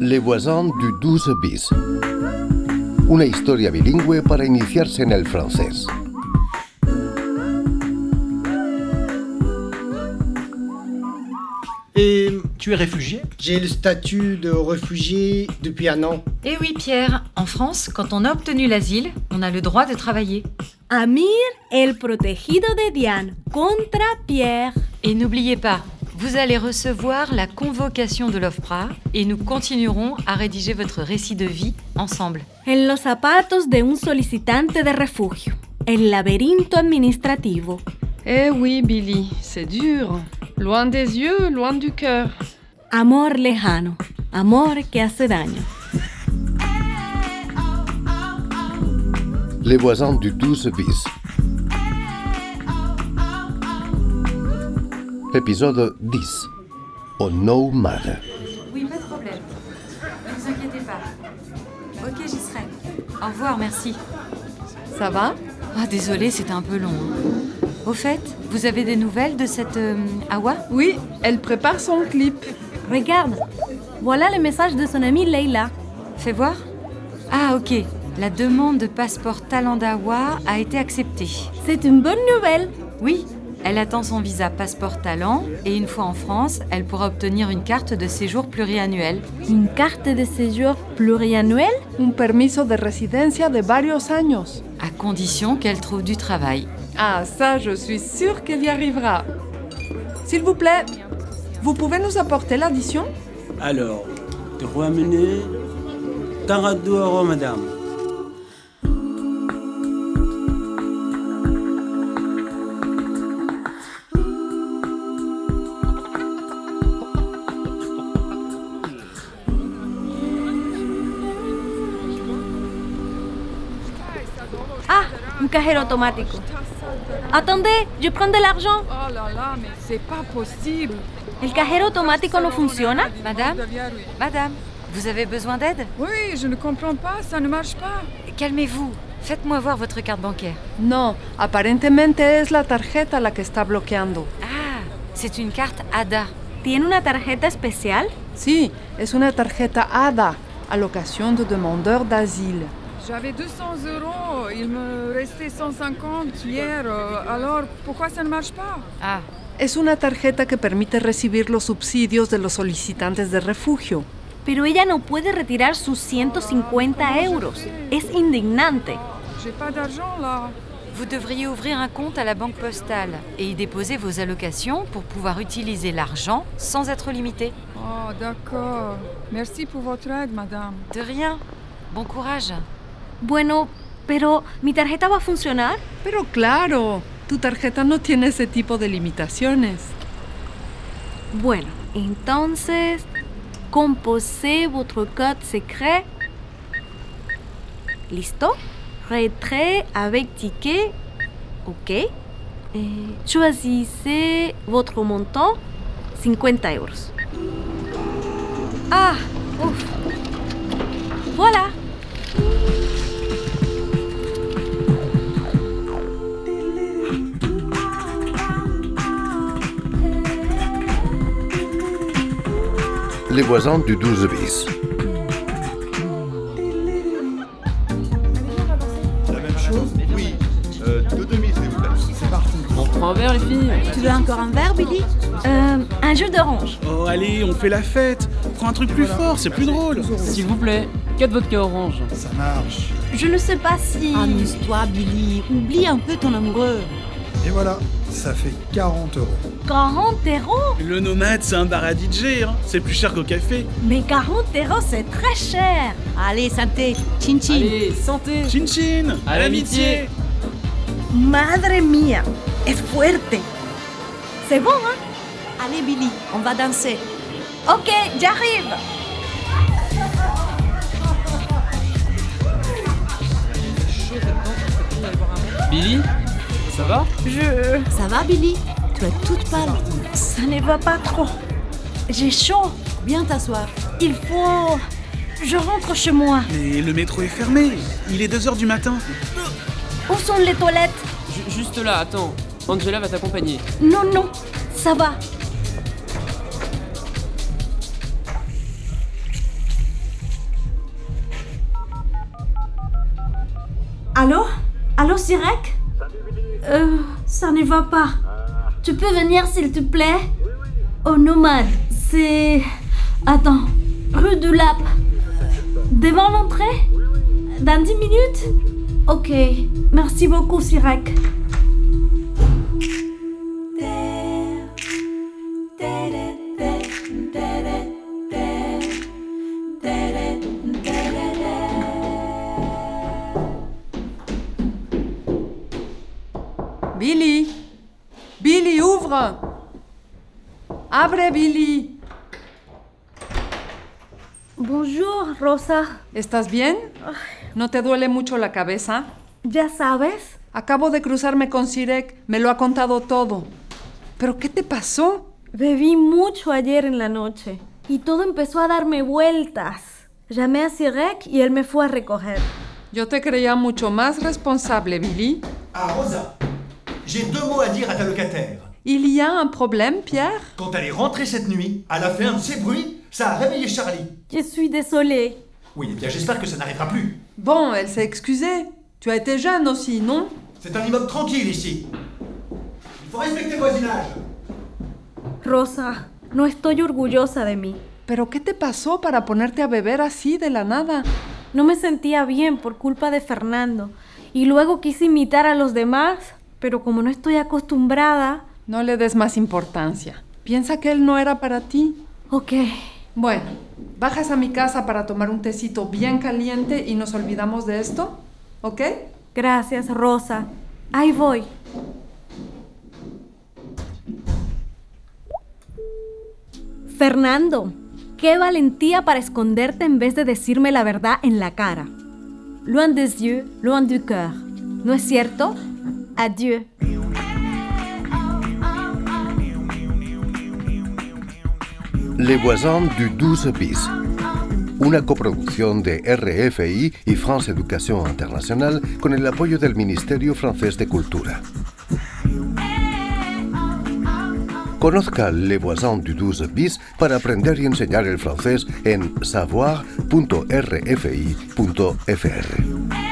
Les voisins du 12 bis. Una historia bilingüe para iniciarse en el francés. Et tu es réfugié J'ai le statut de réfugié depuis un an. Eh oui, Pierre, en France, quand on a obtenu l'asile, on a le droit de travailler. Amir, el protegido de Diane, contra Pierre. Et n'oubliez pas, vous allez recevoir la convocation de l'OFPRA et nous continuerons à rédiger votre récit de vie ensemble. En los zapatos de un solicitante de refugio. El laberinto administrativo. Eh oui, Billy, c'est dur. Loin des yeux, loin du cœur. Amor lejano. Amor que hace daño. Les voisins du 12 bis. Épisode 10. Au nomade. Oui, pas de problème. Ne vous inquiétez pas. Ok, j'y serai. Au revoir, merci. Ça va Ah, désolé, c'était un peu long. hein. Au fait, vous avez des nouvelles de cette euh, Awa Oui, elle prépare son clip. Regarde. Voilà le message de son amie Leila. Fais voir. Ah, ok. La demande de passeport talent d'Awa a été acceptée. C'est une bonne nouvelle. Oui, elle attend son visa passeport talent et une fois en France, elle pourra obtenir une carte de séjour pluriannuelle. Une carte de séjour pluriannuel Un permiso de residencia de varios años. À condition qu'elle trouve du travail. Ah, ça, je suis sûre qu'elle y arrivera. S'il vous plaît, vous pouvez nous apporter l'addition Alors, de ramener 42 euros, madame. Ah, un cajero automático. Attendez, je prends de l'argent. Oh Ah là là, mais c'est pas possible. El cajero automático no funciona. Madame Madame, vous avez besoin d'aide Oui, je ne comprends pas, ça ne marche pas. Calmez-vous. Faites-moi voir votre carte bancaire. Non, aparentemente es la tarjeta la que está bloqueando. Ah, c'est une carte ADA. Tiene una tarjeta especial. Sí, es una tarjeta ADA, allocation de demandeur d'asile. J'avais 200 euros, il me restait 150 hier, euh, alors pourquoi ça ne marche pas Ah, Es una tarjeta que permite recibir los subsidios de los solicitantes de refugio. Pero ella no puede retirar sus 150 euros. Es indignante. J'ai pas d'argent là. vous devriez ouvrir un compte à la banque postale et y déposer vos allocations pour pouvoir utiliser l'argent sans être limité. Oh, d'accord. Merci pour votre aide, madame. De rien. Bon courage. Bueno, pero ¿mi tarjeta va a funcionar? Pero claro, tu tarjeta no tiene ese tipo de limitaciones. Bueno, entonces, composez votre code secret. Listo. Retrait avec ticket. Ok. Eh, choisissez votre montant. 50 euros. Ah, ouf. Voilà. Les voisins du 12 bis. Tu veux encore un verre, Billy euh, Un jus d'orange. Oh allez, on fait la fête Prends un truc plus fort, c'est plus drôle S'il vous plaît, 4 vodka orange. Ça marche Je ne sais pas si... Ah, Amuse-toi, Billy. Oublie un peu ton amoureux. Et voilà, ça fait 40 euros. 40 euros Le nomade, c'est un bar à DJ, hein. c'est plus cher qu'au café. Mais 40 euros, c'est très cher. Allez, santé. Chin chin. Allez, santé Chin chin À l'amitié. Madre mía. Es fuerte. C'est bon, hein Allez, Billy, on va danser. Ok, j'arrive. Billy, ça va Ça va, Billy Tu es toute pâle. Ça ne va pas trop. J'ai chaud. Viens t'asseoir. Il faut... Je rentre chez moi. Mais le métro est fermé, il est 2h du matin. Où sont les toilettes Ju- Juste là, attends. Angela va t'accompagner. Non, non, ça va. Allô Allô, Sirek Euh, ça ne va pas. Tu peux venir, s'il te plaît Au nomade, c'est. Attends, rue du Lap. Devant l'entrée Dans 10 minutes Ok, merci beaucoup, Sirek. Billy Billy, ouvre Abre, Billy Bonjour, Rosa. ¿Estás bien? ¿No te duele mucho la cabeza? Ya sabes. Acabo de cruzarme con Sirek, me lo ha contado todo. ¿Pero qué te pasó? Bebí mucho ayer en la noche y todo empezó a darme vueltas. Llamé a Sirek y él me fue a recoger. Yo te creía mucho más responsable, Billy. Ah, Rosa, j'ai deux mots à dire à ta locataire. Il y a un problème, Pierre Quand elle est rentrée cette nuit, elle a fait un de ces bruits, ça a réveillé Charlie. Je suis désolée. Oui, eh bien j'espère que ça n'arrivera plus. Bon, elle s'est excusée. Tu as été jeune aussi, non C'est un immeuble tranquille ici. Il faut respecter le voisinage. Rosa, no estoy orgullosa de mí. ¿Pero qué te pasó para ponerte a beber así de la nada? No me sentía bien por culpa de Fernando y luego quise imitar a los demás, pero como no estoy acostumbrada... No le des más importancia. Piensa que él no era para ti. Ok. Bueno, bajas a mi casa para tomar un tecito bien caliente y nos olvidamos de esto, ¿ok? Gracias, Rosa. Ahí voy. Fernando, qué valentía para esconderte en vez de decirme la verdad en la cara. Loin des yeux, loin du cœur. ¿No es cierto? Adieu. Les Voisins du 12 bis. Una coproducción de RFI y France Education Internacional con el apoyo del Ministerio Francés de Cultura. Conozca Les Voisins du 12 bis para aprender y enseñar el francés en savoir.rfi.fr.